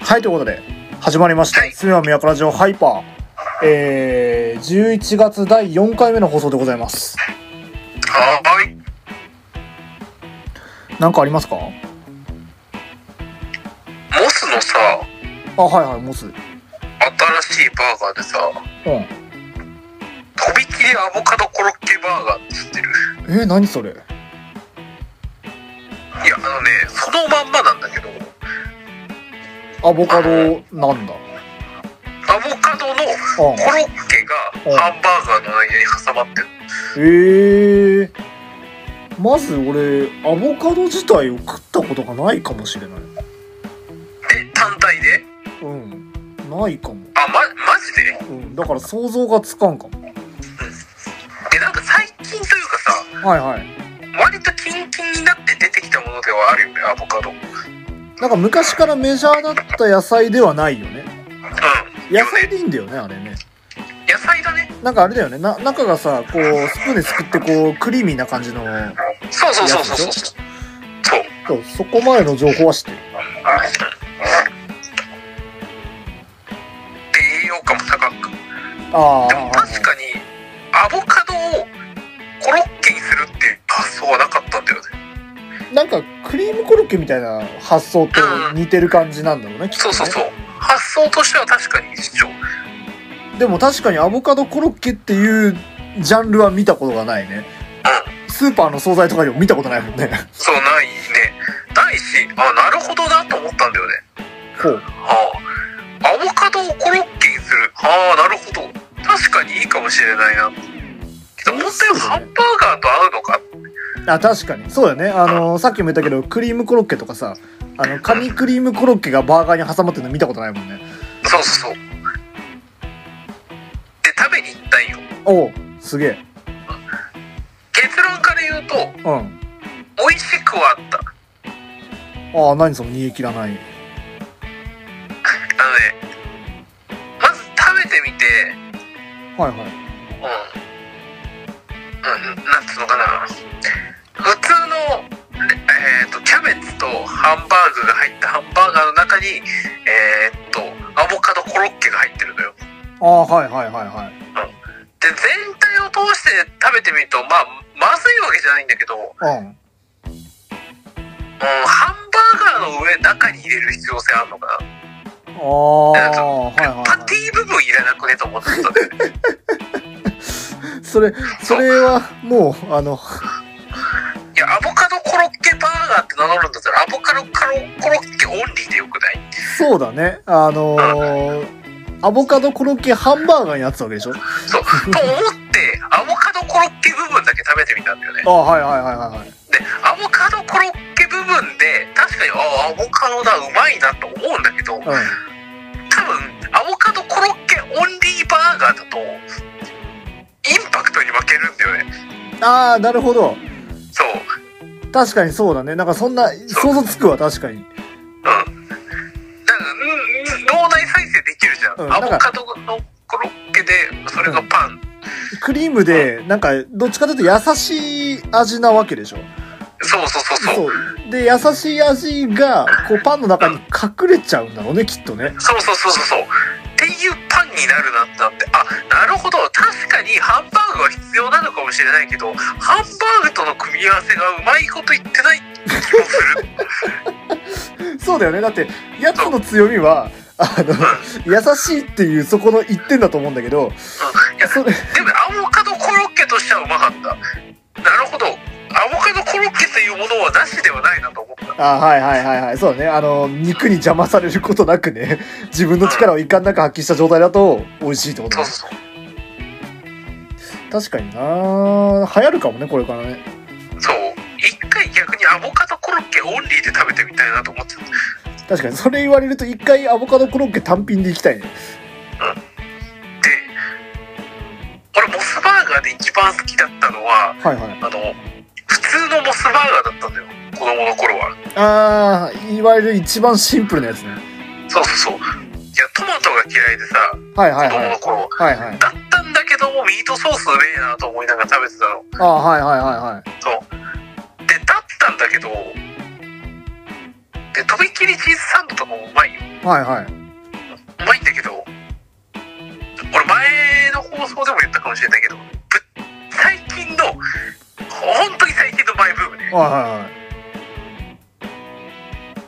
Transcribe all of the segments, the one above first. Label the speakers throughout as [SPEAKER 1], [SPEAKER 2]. [SPEAKER 1] はい、ということで、始まりました。
[SPEAKER 2] はい
[SPEAKER 1] すみまみやかラジオハイパー。えー、11月第4回目の放送でございます。
[SPEAKER 2] はーい。
[SPEAKER 1] なんかありますか
[SPEAKER 2] モスのさ、
[SPEAKER 1] あ、はいはい、モス。うん。
[SPEAKER 2] 新しいバーガーでさ、
[SPEAKER 1] え
[SPEAKER 2] とびきりアボカドコロッケバーガーって知ってる
[SPEAKER 1] ー、何それ
[SPEAKER 2] いや、あのね、そのまんまなんだけど、
[SPEAKER 1] アボカドなんだ。
[SPEAKER 2] アボカドの
[SPEAKER 1] うん。
[SPEAKER 2] コロッケがハンバーガーの間に挟まってる。
[SPEAKER 1] えー。まず俺、アボカド自体を食ったことがないかもしれない。
[SPEAKER 2] で、単体で
[SPEAKER 1] うん。ないかも。
[SPEAKER 2] あ、ま、マジ
[SPEAKER 1] う
[SPEAKER 2] で
[SPEAKER 1] ん。だから想像がつかんかも。
[SPEAKER 2] で、なんか最近というかさ、
[SPEAKER 1] はいはい。
[SPEAKER 2] 割とキンキンになって出てきたものではあるよね、アボカド。うん。
[SPEAKER 1] なんか昔からメジャーだった野菜ではないよね。野菜でいいんだよね、あれね。
[SPEAKER 2] 野菜だね。
[SPEAKER 1] なんかあれだよね。な、中がさ、こう、スプーンですくって、こう、クリーミーな感じの、
[SPEAKER 2] そうそうそうそうそう。そう。
[SPEAKER 1] そうそこまでの情報は知ってる。
[SPEAKER 2] で、栄養価も高く。
[SPEAKER 1] あ
[SPEAKER 2] でも
[SPEAKER 1] あ、
[SPEAKER 2] 確かにアボカドをコロッケにするっていう発想はなかったんだよね
[SPEAKER 1] なんか、クリームコロッケみたいな発想と似てる感じなんだろうね、きっと
[SPEAKER 2] そう
[SPEAKER 1] ね。
[SPEAKER 2] そうそう発想としては確かに一緒
[SPEAKER 1] でも確かにアボカドコロッケっていうジャンルは見たことがないね。スーパーの惣菜とかでも見たことないもんね。
[SPEAKER 2] そうないねないしあなるほどなと思ったんだよね
[SPEAKER 1] ほう。
[SPEAKER 2] はあアボカドをコロッケにするはあなるほど確かにいいかもしれないなけど問題はハンバーガーと合うのか
[SPEAKER 1] あ、確かに。そうだよね。あの、さっきも言ったけど、クリームコロッケとかさ、あの、カニクリームコロッケがバーガーに挟まってるの見たことないもんね。
[SPEAKER 2] そうそうそうで食べに行ったん
[SPEAKER 1] お
[SPEAKER 2] よ
[SPEAKER 1] う、すげえ。
[SPEAKER 2] 結論から言うと
[SPEAKER 1] うん。
[SPEAKER 2] 美味しくはあった
[SPEAKER 1] ああ、何その煮え切らない。
[SPEAKER 2] あのね、まず食べてみて、
[SPEAKER 1] はいはい。
[SPEAKER 2] うん、うん、なんつうのかな、普通の、えっ、と、キャベツとハンバーグが入ったハンバーガーの中に、えっ、と、アボカドコロッケが入ってるのよ。
[SPEAKER 1] ああ、はいはいはいはい。
[SPEAKER 2] で、全体を通して食べてみると、まあ、まずいわけじゃないんだけど、うん、
[SPEAKER 1] うん。
[SPEAKER 2] ハンバーガーの上、中に入れる必要性あるのかな。
[SPEAKER 1] ああ、はいはい、
[SPEAKER 2] パテ
[SPEAKER 1] は
[SPEAKER 2] ィ部分いらなくねと思ってたんだよね。
[SPEAKER 1] い。それ、それはもう、あの、
[SPEAKER 2] いや、アボカドコロッケバーガーって名乗るんだったら、アボカドカロコロッケオンリーでよくない
[SPEAKER 1] そうだね。あのー、アボカドコロッケハンバーガーになってたわけでしょ
[SPEAKER 2] そう。と思って、アボカドコロッケ部分だけ食べてみたんだよね。
[SPEAKER 1] ああ、はいはいはいはいはい。
[SPEAKER 2] で、アボカドコロッケ部分で、確かに、ああ、アボカドだ、うまいなと思うんだけど、多分、
[SPEAKER 1] う
[SPEAKER 2] アボカドコロッケオンリーバーガーだと、インパクトに負けるんだよね。
[SPEAKER 1] ん。ああ、なるほど。
[SPEAKER 2] そう。
[SPEAKER 1] 確かにそうだね。なんかそんな、想像つくわ、確かに。
[SPEAKER 2] うん。だから、うんうん、脳内再生できるじゃん。
[SPEAKER 1] うん
[SPEAKER 2] アボカドのコロッケで、それがパン。
[SPEAKER 1] クリームで、なんか、どっちかというと優しい味なわけでしょ
[SPEAKER 2] そうそうそうそう。
[SPEAKER 1] そう。で、優しい味が、こう、パンの中に隠れちゃうんだろうね、きっとね。
[SPEAKER 2] そうそうそうそうそう。っていうパンになるなってなって、あ、なるほど。確かにハンバーグは必要なのかもしれないけど、ハンバーグとの組み合わせがうまいこと言ってない気もする。
[SPEAKER 1] そうだよね。だって、やつの強みは、あ の、優しいっていうそこの一点だと思うんだけど、
[SPEAKER 2] うんいや、
[SPEAKER 1] それ、
[SPEAKER 2] でもアボカドコロッケとしてはうまかった。なるほど。アボカドコロッケというものはなしではないなと思った。
[SPEAKER 1] あ、はいはいはいはい。そうだね。あの、肉に邪魔されることなくね、自分の力をいかんなく発揮した状態だと、美味しいってこと
[SPEAKER 2] そう
[SPEAKER 1] だ。
[SPEAKER 2] そうそう。
[SPEAKER 1] 確かにな流行るかもね、これからね。
[SPEAKER 2] そう。一回逆にアボカドコロッケオンリーで食べてみたいなと思ってた。
[SPEAKER 1] 確かに、それ言われると一回アボカドコロッケ単品でいきたいね。
[SPEAKER 2] で、俺モスバーガーで一番好きだったのは、
[SPEAKER 1] はいはい。
[SPEAKER 2] あの、普通のモスバーガーだったんだよ。子供の頃は。
[SPEAKER 1] あー、いわゆる一番シンプルなやつね。
[SPEAKER 2] そうそうそう。いや、トマトが嫌いでさ、
[SPEAKER 1] はいはい
[SPEAKER 2] 子
[SPEAKER 1] は
[SPEAKER 2] 供の
[SPEAKER 1] い。
[SPEAKER 2] 頃。
[SPEAKER 1] はいはい。
[SPEAKER 2] だったんだけども、ミートソースうめえなと思いながら食べてたの。
[SPEAKER 1] あー、はいはいはいはい。
[SPEAKER 2] そう。で、だったんだけど、でとびっきりチーズサンドとかもうまいよ
[SPEAKER 1] はいはい。
[SPEAKER 2] うまいんだけど俺前の放送でも言ったかもしれないけどぶ最近の本当に最近のマイブームね
[SPEAKER 1] はいはい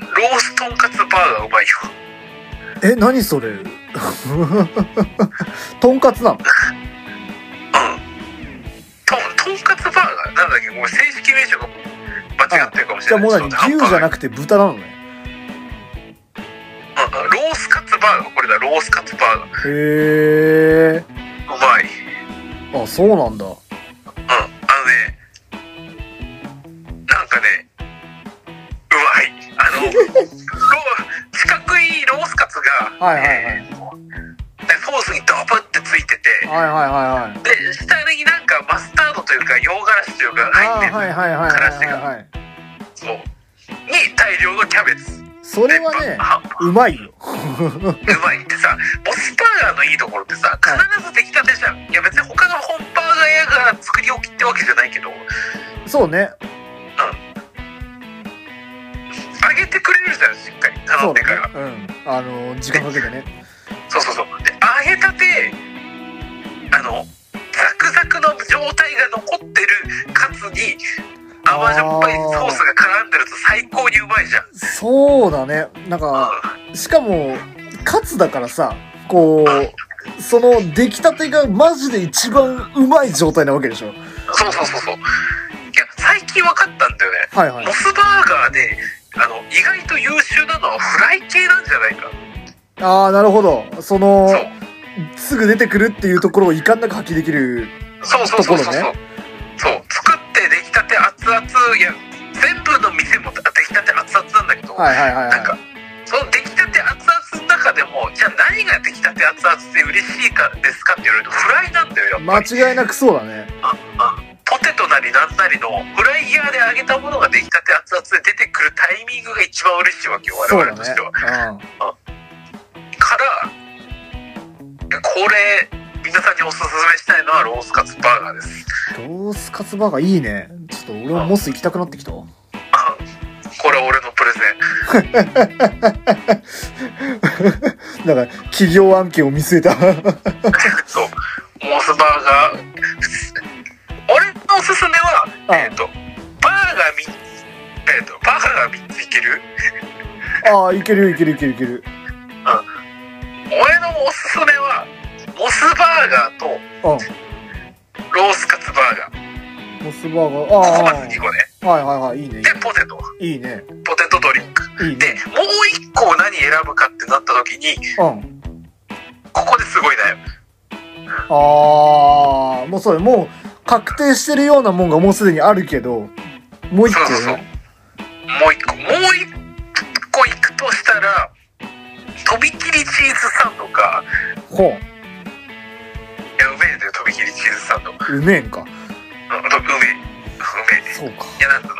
[SPEAKER 2] ロースとんかつバーガーうまいよ
[SPEAKER 1] はい。え、何それ とんかつなの
[SPEAKER 2] うんととんかつバーガーなんだっけごめん正式名称が間違ってるかもし
[SPEAKER 1] じゃ
[SPEAKER 2] れ
[SPEAKER 1] あ
[SPEAKER 2] ない
[SPEAKER 1] もう何
[SPEAKER 2] ちょっと
[SPEAKER 1] 牛じゃなくて豚なのね。
[SPEAKER 2] ハンバーガーうんうんロースカツバーガーこれだロースカツバーガー
[SPEAKER 1] へえ。
[SPEAKER 2] うまい
[SPEAKER 1] あ、そうなんだ。
[SPEAKER 2] うん、あのね、なんかね、うまい。あの、ロ四角いロースカツが、
[SPEAKER 1] はいはいはい
[SPEAKER 2] えーでソースにドブってついてて、
[SPEAKER 1] はいはいはいはい。
[SPEAKER 2] で、下になんかマスタードというか、洋辛子というか
[SPEAKER 1] あ
[SPEAKER 2] 入ってる、
[SPEAKER 1] はいはいはいはいはいはい。
[SPEAKER 2] そうに大量のキャベツ。
[SPEAKER 1] それ
[SPEAKER 2] で
[SPEAKER 1] はね、
[SPEAKER 2] は
[SPEAKER 1] うまいよ。
[SPEAKER 2] うまいってさ、モスバーガーのいいところってさ、必ず出来たてじゃん。いや別に他の本バーガー屋が作り置きってわけじゃないけど、
[SPEAKER 1] そうね。
[SPEAKER 2] 揚げてくれるじゃん、しっかり。
[SPEAKER 1] そ
[SPEAKER 2] 頼
[SPEAKER 1] うん
[SPEAKER 2] でから
[SPEAKER 1] だ。ね。うん。あの、時間かけてね。
[SPEAKER 2] そうそうそう。で、揚げたて、あの、ザクザクの状態が残ってるカツに、甘じょっぱいソースが絡んでると最高にうまいじゃん。
[SPEAKER 1] そうだね。なんか、しかも、カツだからさ、こう、その出来たてがマジで一番うまい状態なわけでしょ。
[SPEAKER 2] そうそうそうそう。いや、最近分かったんだよね。
[SPEAKER 1] はいはい
[SPEAKER 2] モ。スバーガーで、あの、意外と優秀なのはフライ系なんじゃないか。
[SPEAKER 1] ああ、なるほど。その
[SPEAKER 2] そ、う。
[SPEAKER 1] すぐ出てくるっていうところを遺憾なく発揮できる。
[SPEAKER 2] そうそうそうそ
[SPEAKER 1] と
[SPEAKER 2] う
[SPEAKER 1] こ
[SPEAKER 2] そ
[SPEAKER 1] ろ
[SPEAKER 2] う。そう。作って出来たて熱々、いや、全部の店も出来たて熱々なんだけど、
[SPEAKER 1] はいはいはいは
[SPEAKER 2] なんか
[SPEAKER 1] い。
[SPEAKER 2] その出来たて熱々の中でもじゃあ何が出来たて熱々で嬉しいかですかって言われるとフライなんだよやっぱり
[SPEAKER 1] 間違いなくそうだね。
[SPEAKER 2] ポテトなりなんなりのフライヤーで揚げたものが出来たて熱々で出てくるタイミングが一番嬉しいわけよ我
[SPEAKER 1] そう
[SPEAKER 2] 々
[SPEAKER 1] だ
[SPEAKER 2] としては、
[SPEAKER 1] ね。
[SPEAKER 2] からいやこれ皆さんにおすすめしたいのはロースカツバーガーです
[SPEAKER 1] うん。ロースカツバーガーいいね。ちょっと俺もモス行きたくなってきたわ。
[SPEAKER 2] あこれ俺のプレゼン
[SPEAKER 1] なんか、企業案件を見据えた。
[SPEAKER 2] そう、モスバーガー。俺のおすすめは、
[SPEAKER 1] うん
[SPEAKER 2] えっ、と、バーガー3つ、えっ、と、バーガー3ついける
[SPEAKER 1] ああ、いけるよいけるいけるいける。
[SPEAKER 2] 俺のおすすめは、モスバーガーと
[SPEAKER 1] う
[SPEAKER 2] ロースカツバーガー。
[SPEAKER 1] ん。モスバーガー。あ
[SPEAKER 2] ここ
[SPEAKER 1] あ
[SPEAKER 2] まず2個ね。
[SPEAKER 1] ああ、はいはいはい。いいね
[SPEAKER 2] で。、ポテト。
[SPEAKER 1] いいね。
[SPEAKER 2] ポテトドリンク。
[SPEAKER 1] いい
[SPEAKER 2] で
[SPEAKER 1] ね。、
[SPEAKER 2] もう1個何選ぶかってなった時に、
[SPEAKER 1] うん。
[SPEAKER 2] ここですごい悩む。
[SPEAKER 1] ああ、もうそうだもう確定してるようなもんがもうすでにあるけど、もう一個
[SPEAKER 2] そうそうそうもう1個。もう1個いくとしたら、とびきりチーズサンドか、
[SPEAKER 1] ほ
[SPEAKER 2] いや、うめえんだよ、とびきりチーズサンド。
[SPEAKER 1] う、うめえんか。
[SPEAKER 2] うん、うめえ。うめえ。
[SPEAKER 1] そうか。
[SPEAKER 2] いや、なんつうの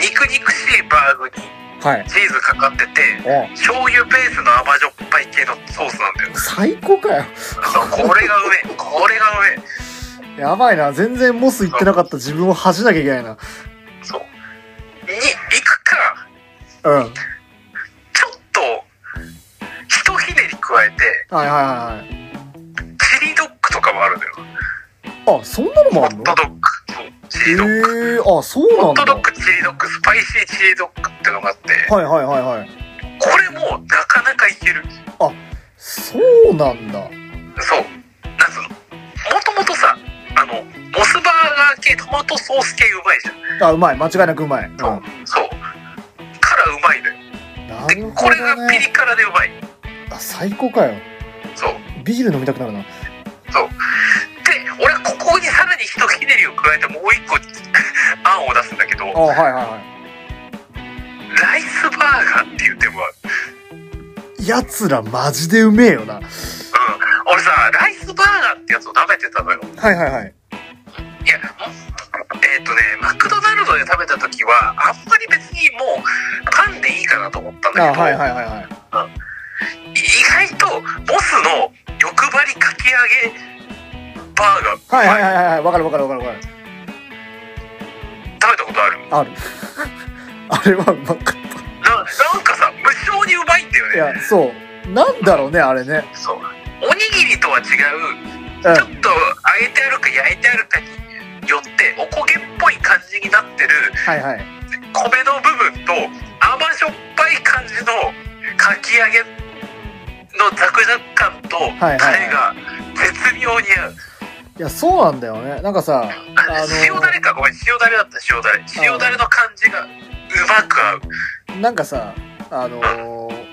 [SPEAKER 2] 肉肉しいバーグに
[SPEAKER 1] はい。
[SPEAKER 2] チーズかかってて、
[SPEAKER 1] あ
[SPEAKER 2] 醤油ベースの甘じょっぱい系のソースなんだよ。
[SPEAKER 1] 最高かよ。
[SPEAKER 2] そうこれがうめえ。これがうめ
[SPEAKER 1] やばいな。全然モス行ってなかった自分を恥じなきゃいけないな。
[SPEAKER 2] え。そう。に、行くか、
[SPEAKER 1] うん。はい
[SPEAKER 2] ちょっと、ひとひねり加えて、
[SPEAKER 1] はいはい
[SPEAKER 2] チリドッグとかもあるんだよ。
[SPEAKER 1] はい。あ、そんなのも
[SPEAKER 2] ホ
[SPEAKER 1] ある
[SPEAKER 2] ッ
[SPEAKER 1] の
[SPEAKER 2] トドッグ。そう、チ
[SPEAKER 1] え
[SPEAKER 2] リドッグ。
[SPEAKER 1] えー、あ、そうな
[SPEAKER 2] ホ
[SPEAKER 1] ん
[SPEAKER 2] ッ
[SPEAKER 1] だ
[SPEAKER 2] ト。ドッグ、チリドッグ、スパイシーチリドッグってのがあって、
[SPEAKER 1] はいはいはいはい。
[SPEAKER 2] これもうなかなかいける。
[SPEAKER 1] そうなんだ。
[SPEAKER 2] そう。なんつうのもともとさ、あの、モスバーガー系、トマトソース系うまいじゃん。
[SPEAKER 1] あ、うまい。間違いなくうまい。うん。な
[SPEAKER 2] そう。からうまいのよ。で
[SPEAKER 1] る、
[SPEAKER 2] こ
[SPEAKER 1] ほ
[SPEAKER 2] れ
[SPEAKER 1] ど
[SPEAKER 2] がピ
[SPEAKER 1] ね。
[SPEAKER 2] リ辛でうまい。
[SPEAKER 1] あ、最高かよ。
[SPEAKER 2] そう。
[SPEAKER 1] ビール飲みたくなるな。
[SPEAKER 2] で、俺はここにさらにひとひねりを加えてもう一個案を出すんだけど、
[SPEAKER 1] あ、はいはいは
[SPEAKER 2] ライスバーガーっていう手もある。
[SPEAKER 1] い。奴らマジでうめえよな。
[SPEAKER 2] うん。俺さ、ライスバーガーってやつを舐めてたのよ。
[SPEAKER 1] はいはいはい。
[SPEAKER 2] いや、えっ、とね、マクドナルドで食べた時は、あんまり別にもう、パンでいいかなと思ったんだ
[SPEAKER 1] あ、
[SPEAKER 2] けど、
[SPEAKER 1] はいはいはいはい。
[SPEAKER 2] 意外とボスの欲張りかき揚げバーガーうま
[SPEAKER 1] はいはいはいはい。わかるわかるわかるわかる。
[SPEAKER 2] 食べたことある
[SPEAKER 1] ある。あれはうまかっ
[SPEAKER 2] ななんかさ無性にうまいんだ
[SPEAKER 1] たい
[SPEAKER 2] よね
[SPEAKER 1] やそうなんだろうねあれね
[SPEAKER 2] そうおにぎりとは違う
[SPEAKER 1] うん
[SPEAKER 2] ちょっと揚げてあるか焼いてあるかによっておこげっぽい感じになってる
[SPEAKER 1] はいはい
[SPEAKER 2] 米の部分と甘しょっぱい感じのかき揚げのザクザク感と
[SPEAKER 1] はいはい
[SPEAKER 2] タレが絶妙に合う、
[SPEAKER 1] いやそうなんだよねなんかさあの
[SPEAKER 2] 塩だれかごめん塩だれだった塩だれ塩だれの感じがうまく合う
[SPEAKER 1] なんかさあのー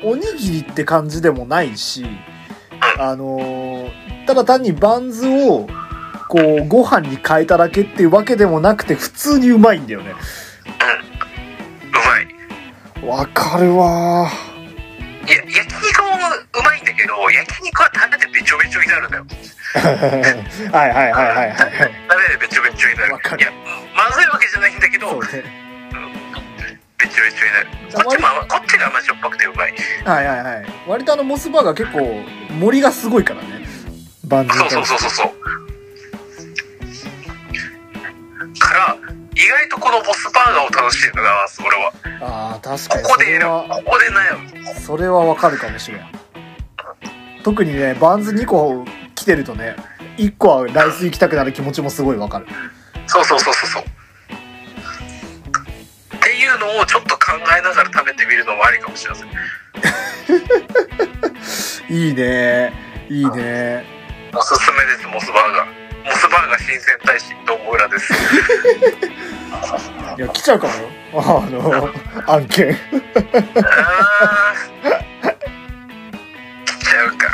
[SPEAKER 1] おにぎりって感じでもないしあのーただ単にバンズをこうご飯に変えただけっていうわけでもなくて普通にうまいんだよね
[SPEAKER 2] うまい
[SPEAKER 1] わかるわ
[SPEAKER 2] いや焼き肉もうまいんだけど焼き肉はタレでべちょべちょになるんだよ
[SPEAKER 1] ー はいはいはいはいはいはい
[SPEAKER 2] タレでべちょべちょになる
[SPEAKER 1] わかる
[SPEAKER 2] いやまずいわけじゃないんだけど
[SPEAKER 1] そうね
[SPEAKER 2] べちょべちょになるこっちも甘こっちが甘じょっぱくてうまい
[SPEAKER 1] はいはいはい割とあのモスバーガー結構森がすごいからねバンズに
[SPEAKER 2] そうそ
[SPEAKER 1] 対して
[SPEAKER 2] うそうそうそうから意外とこのボスバーガーを楽しんでます俺は
[SPEAKER 1] ああ確
[SPEAKER 2] こ
[SPEAKER 1] かに
[SPEAKER 2] こ
[SPEAKER 1] そ
[SPEAKER 2] で
[SPEAKER 1] れは
[SPEAKER 2] ここで悩む
[SPEAKER 1] それはわかるかもしれん特にねバンズ2個来てるとね1個はライス行きたくなる気持ちもすごいわかる
[SPEAKER 2] そうそうそうそうそうっていうのをちょっと考えながら食べてみるのもありかもしれません
[SPEAKER 1] いいねいいね
[SPEAKER 2] おすすめですモスバーガーモスバーガー新鮮大使どうも裏です
[SPEAKER 1] いや来ちゃうかもよあの 案件
[SPEAKER 2] あー来ちゃうか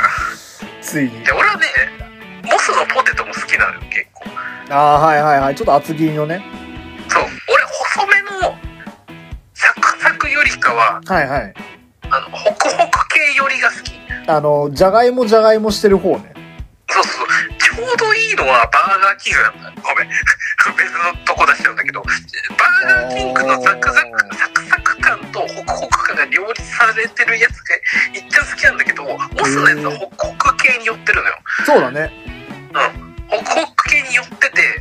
[SPEAKER 1] ついに
[SPEAKER 2] で俺はねモスのポテトも好きなのよ結構
[SPEAKER 1] ああーはいはいはいちょっと厚切りのね
[SPEAKER 2] そう俺細めのサクサクよりかは
[SPEAKER 1] はいはい
[SPEAKER 2] あのホクホク系よりが好き
[SPEAKER 1] あのじゃがいもじゃがいもしてる方ね
[SPEAKER 2] そうそうそうちょうどいいのはバーガーキングなんだごめん 別のとこ出しちゃうんだけどバーガーキングのザクザ
[SPEAKER 1] おー
[SPEAKER 2] クサクサク感とホクホク感が両立されてるやつがいっちゃ好きなんだけどモスのやつはホクホク系に寄ってるのよ
[SPEAKER 1] そうだね
[SPEAKER 2] ホクホク系に寄っててで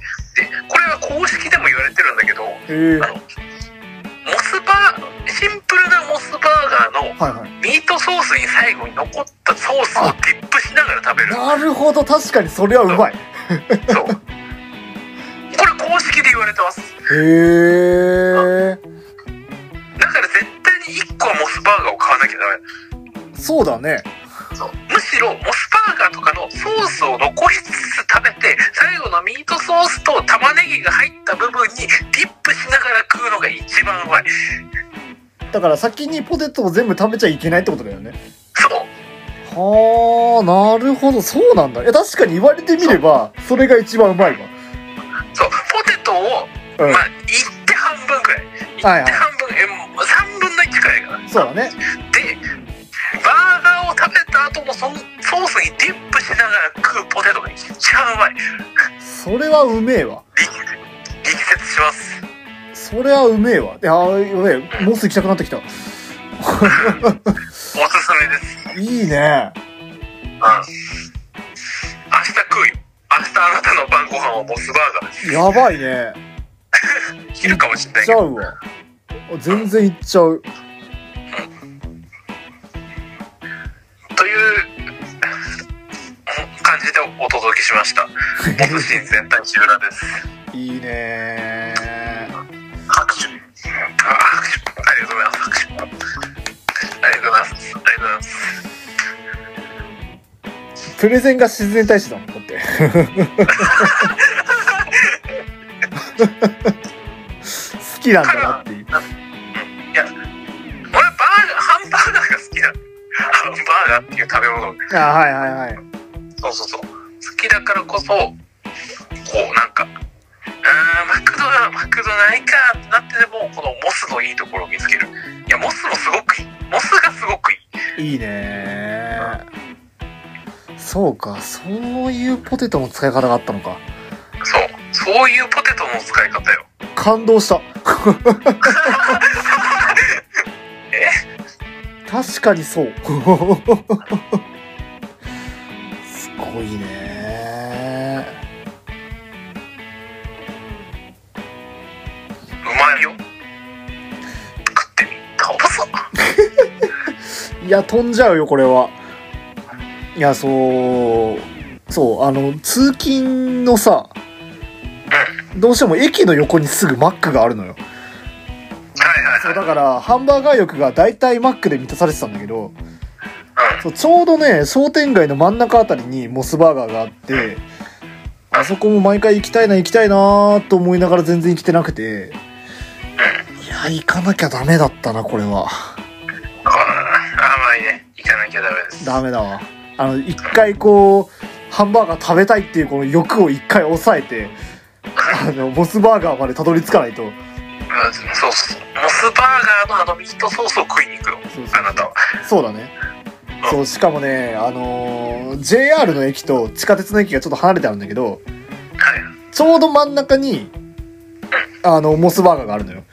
[SPEAKER 2] これは公式でも言われてるんだけどモ
[SPEAKER 1] へえはい
[SPEAKER 2] スバーシンプルなモスバーガーの
[SPEAKER 1] はい
[SPEAKER 2] ミートソースに最後に残ったソースをディップしながら食べる
[SPEAKER 1] なるほど確かにそれはうまい
[SPEAKER 2] そうこれ公式で言われてます
[SPEAKER 1] へえ
[SPEAKER 2] だから絶対に1個はモスバーガーを買わなきゃダ
[SPEAKER 1] そうだね
[SPEAKER 2] メそうむしろモスバーガーとかのソースを残しつつ食べて最後のミートソースと玉ねぎが入った部分にディップしながら食うのが一番うまい
[SPEAKER 1] だから先にポテトを全部食べちゃいけないってことだよね
[SPEAKER 2] そう
[SPEAKER 1] はあなるほどそうなんだいや確かに言われてみればそれが一番うまいわ
[SPEAKER 2] そうポテトを、
[SPEAKER 1] うん
[SPEAKER 2] まあ1手半分くらい1
[SPEAKER 1] はいはい
[SPEAKER 2] 手半分、えもう3分の1くらいかな
[SPEAKER 1] そうだね
[SPEAKER 2] でバーガーを食べた後もそのソースにディップしながら食うポテトが一番うまい
[SPEAKER 1] それはうめえわ
[SPEAKER 2] 力説します
[SPEAKER 1] それはうめえわいやあやべえモス行きたくなってきた
[SPEAKER 2] おすすめです
[SPEAKER 1] いいね
[SPEAKER 2] うん明日食うよ明日あなたの晩ご飯はモスバーガーです
[SPEAKER 1] やばいね
[SPEAKER 2] 昼かもしれない
[SPEAKER 1] ち
[SPEAKER 2] け
[SPEAKER 1] ゃ
[SPEAKER 2] ど
[SPEAKER 1] うわあ全然行っちゃう
[SPEAKER 2] といううん感じでお届けしま したモス新鮮大志村です
[SPEAKER 1] いいね
[SPEAKER 2] 拍手あ拍手ありがとうございます拍手ありがとうございますありがとうございます
[SPEAKER 1] プレゼンが自然大使だもんだ って好きなんだなっていう
[SPEAKER 2] 俺はバーガーハンバーガーが好きだハンバーガーっていう食べ物
[SPEAKER 1] あはいはいはい
[SPEAKER 2] そうそうそう好きだからこそこうなんかあーマクドナマクドないかってなってでもこのモスのいいところを見つけるいやモスもすごくいいモスがすごくいい
[SPEAKER 1] いいねそうかそういうポテトの使い方があったのか
[SPEAKER 2] そうそういうポテトの使い方よ
[SPEAKER 1] 感動 した確かにそうすごいね
[SPEAKER 2] うまいよ
[SPEAKER 1] いや飛んじゃうよこれはいやそうそうあの通勤のさどうしても駅の横にすぐマックがあるのよ
[SPEAKER 2] はいはい
[SPEAKER 1] そう
[SPEAKER 2] はい。
[SPEAKER 1] だからハンバーガー欲が大体マックで満たされてたんだけど
[SPEAKER 2] うん。
[SPEAKER 1] そうちょうどね商店街の真ん中あたりにモスバーガーがあってあそこも毎回行きたいな行きたいなと思いながら全然行きてなくていや行かなきゃダメだったなこれは
[SPEAKER 2] こあまりね、行かなきゃダメです。
[SPEAKER 1] ダメだわあの一回こうハンバーガー食べたいっていうこの欲を一回抑えてあのモスバーガーまでたどり着かないと
[SPEAKER 2] うんそうそう。モスバーガーのあのミートソースを食いに行くよ。
[SPEAKER 1] そうそうそう
[SPEAKER 2] あなたは。
[SPEAKER 1] そうだねそうしかもねあのー JR の駅と地下鉄の駅がちょっと離れてあるんだけど
[SPEAKER 2] はい。
[SPEAKER 1] ちょうど真ん中にあのモスバーガーがあるのよ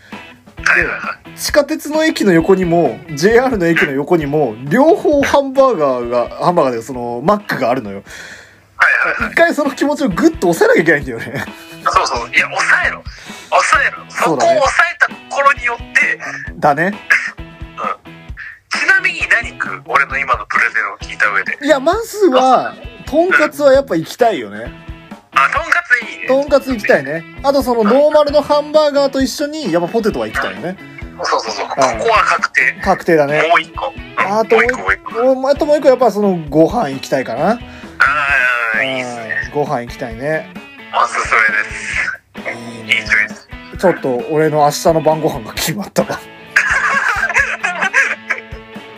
[SPEAKER 2] はいはいはい。
[SPEAKER 1] 地下鉄の駅の横にも JR の駅の横にも両方ハンバーガーがハンバーガーでそのマックがあるのよ
[SPEAKER 2] はいはいはい。
[SPEAKER 1] 一回その気持ちをグッと抑えなきゃいけないんだよね
[SPEAKER 2] そうそう。いや、抑えろ。抑えろ。そこ
[SPEAKER 1] そう
[SPEAKER 2] を
[SPEAKER 1] だね
[SPEAKER 2] 抑えた頃によって、
[SPEAKER 1] だね
[SPEAKER 2] ちなみに何食う俺の今のプレゼンを聞いた上で。
[SPEAKER 1] いやまずはとんかつはやっぱ行きたいよね
[SPEAKER 2] あ、とんかついいね。
[SPEAKER 1] とんかつ行きたいねあとそのノーマルのハンバーガーと一緒にやっぱポテトは行きたいよね
[SPEAKER 2] そうそうそう。ここは確定。
[SPEAKER 1] 確定だね
[SPEAKER 2] もう一個。うん
[SPEAKER 1] あと
[SPEAKER 2] もう一個もう一個。
[SPEAKER 1] おあともう一個やっぱそのご飯行きたいかな
[SPEAKER 2] ああ、いいですね。
[SPEAKER 1] うんご飯行きたいね
[SPEAKER 2] おすすめで
[SPEAKER 1] いい
[SPEAKER 2] す。いい
[SPEAKER 1] ね
[SPEAKER 2] チョイス。
[SPEAKER 1] ちょっと俺の明日の晩ご飯が決まったわ。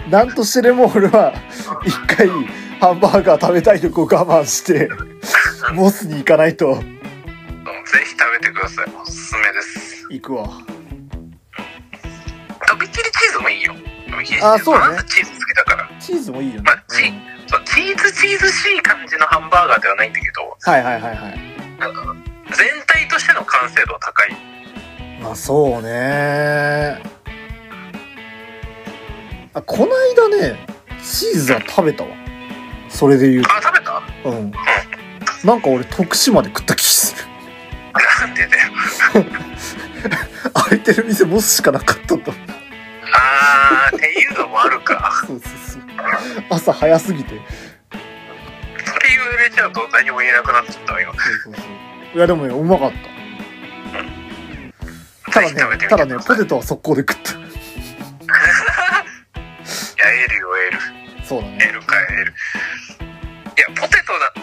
[SPEAKER 1] なんとしてでも俺は一回ハンバーガー食べたいとこ我慢してモスに行かないと
[SPEAKER 2] ぜひ食べてください。おすすめです。
[SPEAKER 1] 行くわ
[SPEAKER 2] 飛び切りチーズもいいよ。飛び切りチーズ。
[SPEAKER 1] あそうね
[SPEAKER 2] まずチーズ好きだから。
[SPEAKER 1] チーズもいいよね、
[SPEAKER 2] まあチーそうチーズチーズしい感じのハンバーガーではないんだけど、
[SPEAKER 1] はいはいはいはい
[SPEAKER 2] 全体としての完成度は高い。
[SPEAKER 1] まあそうねあこないだねチーズは食べたわそれで言う
[SPEAKER 2] あ、食べた
[SPEAKER 1] とうんなんか俺徳島で食った気する
[SPEAKER 2] なんでだよ。
[SPEAKER 1] 空いてる店モスしかなかったと
[SPEAKER 2] あー、っていうのもあるか。
[SPEAKER 1] そうそうそう朝早すぎて
[SPEAKER 2] それ言われちゃうと何も言えなくなっちゃったわよ。
[SPEAKER 1] そうそうそういやでもねうまかったた
[SPEAKER 2] ぜひ食
[SPEAKER 1] だ
[SPEAKER 2] べ
[SPEAKER 1] ね
[SPEAKER 2] てみて
[SPEAKER 1] ただ
[SPEAKER 2] く
[SPEAKER 1] ね
[SPEAKER 2] ださ
[SPEAKER 1] ポ
[SPEAKER 2] い
[SPEAKER 1] テトは速攻で食っ
[SPEAKER 2] いや、エルよ、エル。
[SPEAKER 1] たそうだ
[SPEAKER 2] エ
[SPEAKER 1] ね
[SPEAKER 2] ルか、エル。いや、ポテトだ。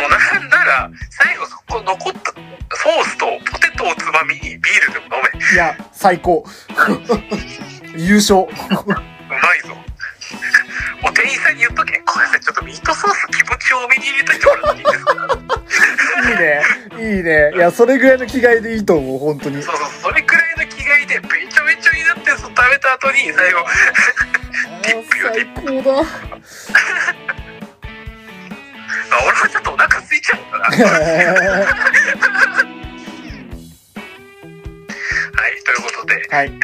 [SPEAKER 2] もうなんなら、最後そこ残ったソースとポテトをつまみにビールでも飲め。
[SPEAKER 1] いや最高 優勝
[SPEAKER 2] うまいぞ。お店員さんに言っとけ。これさ、ちょっとミートソース気持ち多めに入れといてもらっていいですか
[SPEAKER 1] いいねいいねいやそれぐらいの気概でいいと思う本当に
[SPEAKER 2] そうそう、それくらいの気概で、べちょべちょになって、そう食べた後に、最後、ディップよデ
[SPEAKER 1] あ
[SPEAKER 2] ィ
[SPEAKER 1] ー最高だ
[SPEAKER 2] あ俺はちょっとお腹空いちゃったな。はい、ということで、
[SPEAKER 1] はい
[SPEAKER 2] 11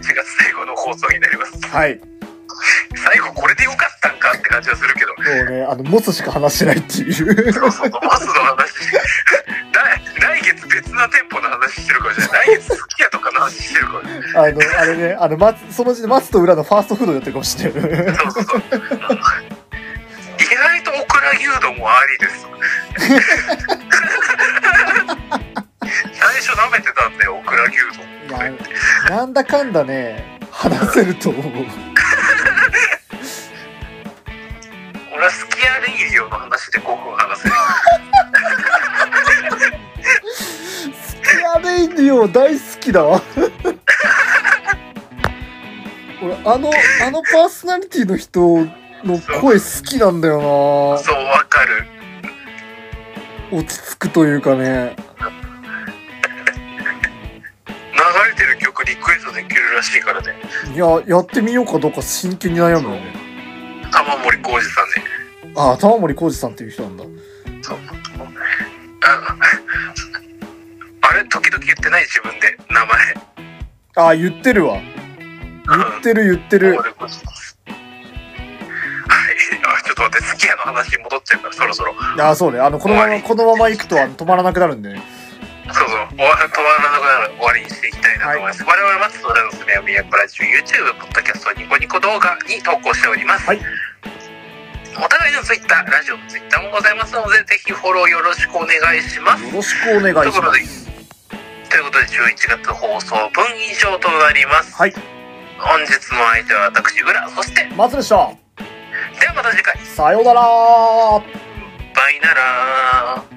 [SPEAKER 2] 月最後の放送になります。
[SPEAKER 1] はい
[SPEAKER 2] 最後これでよかったんかって感じはするけど、
[SPEAKER 1] もうねあのモスしか話してないっていう
[SPEAKER 2] そうそう、バスの話、来来月別な店舗の話してるかもしれない。来月好きやとかの話してるかもしれない。
[SPEAKER 1] あのあれねあの松そのうち松と裏のファーストフードやってるかもしれない
[SPEAKER 2] そうそうそう。意外とオクラ牛丼もありです。 最初舐めてたんで、オクラ牛丼。
[SPEAKER 1] いやなんだかんだね話せると思う
[SPEAKER 2] 俺はスキアレイリオの話で5分話せる。
[SPEAKER 1] スキアレイディオ大好きだわ俺あのあのパーソナリティの人の声好きなんだよ
[SPEAKER 2] そう、わかる。
[SPEAKER 1] な落ち着くというかね
[SPEAKER 2] 流れてる曲リクエストできるらしいからね。
[SPEAKER 1] いややってみようかどうか真剣に悩むよね
[SPEAKER 2] 玉森浩二さんね。
[SPEAKER 1] ああ玉森浩二さんっていう人なんだ
[SPEAKER 2] そう。あ あれ、時々言ってない自分で、名前。
[SPEAKER 1] ああ言ってるわ言ってる言ってる
[SPEAKER 2] はい、あちょっと待って、スキヤの話に戻っちゃうから、そろそろ。
[SPEAKER 1] ああそうねあのこのままこのまま行くとあの止まらなくなるんでね
[SPEAKER 2] そうそう。終わ止まらなくなる終わりにしていきたいなと思います。我々松戸ラのすめは宮古ラジオ YouTube、ポッドキャスト、ニコニコ動画に投稿しております。
[SPEAKER 1] はい
[SPEAKER 2] お互いの Twitter、ラジオの Twitter もございますので、ぜひフォローよろしくお願いします。
[SPEAKER 1] よろしくお願いし
[SPEAKER 2] ところ
[SPEAKER 1] ま。
[SPEAKER 2] ですということで、11月放送分以上となります。
[SPEAKER 1] はい、
[SPEAKER 2] 本日の相手は私、グラ。そして、
[SPEAKER 1] 松でした。
[SPEAKER 2] ではまた次回、
[SPEAKER 1] さようなら。
[SPEAKER 2] バイならー。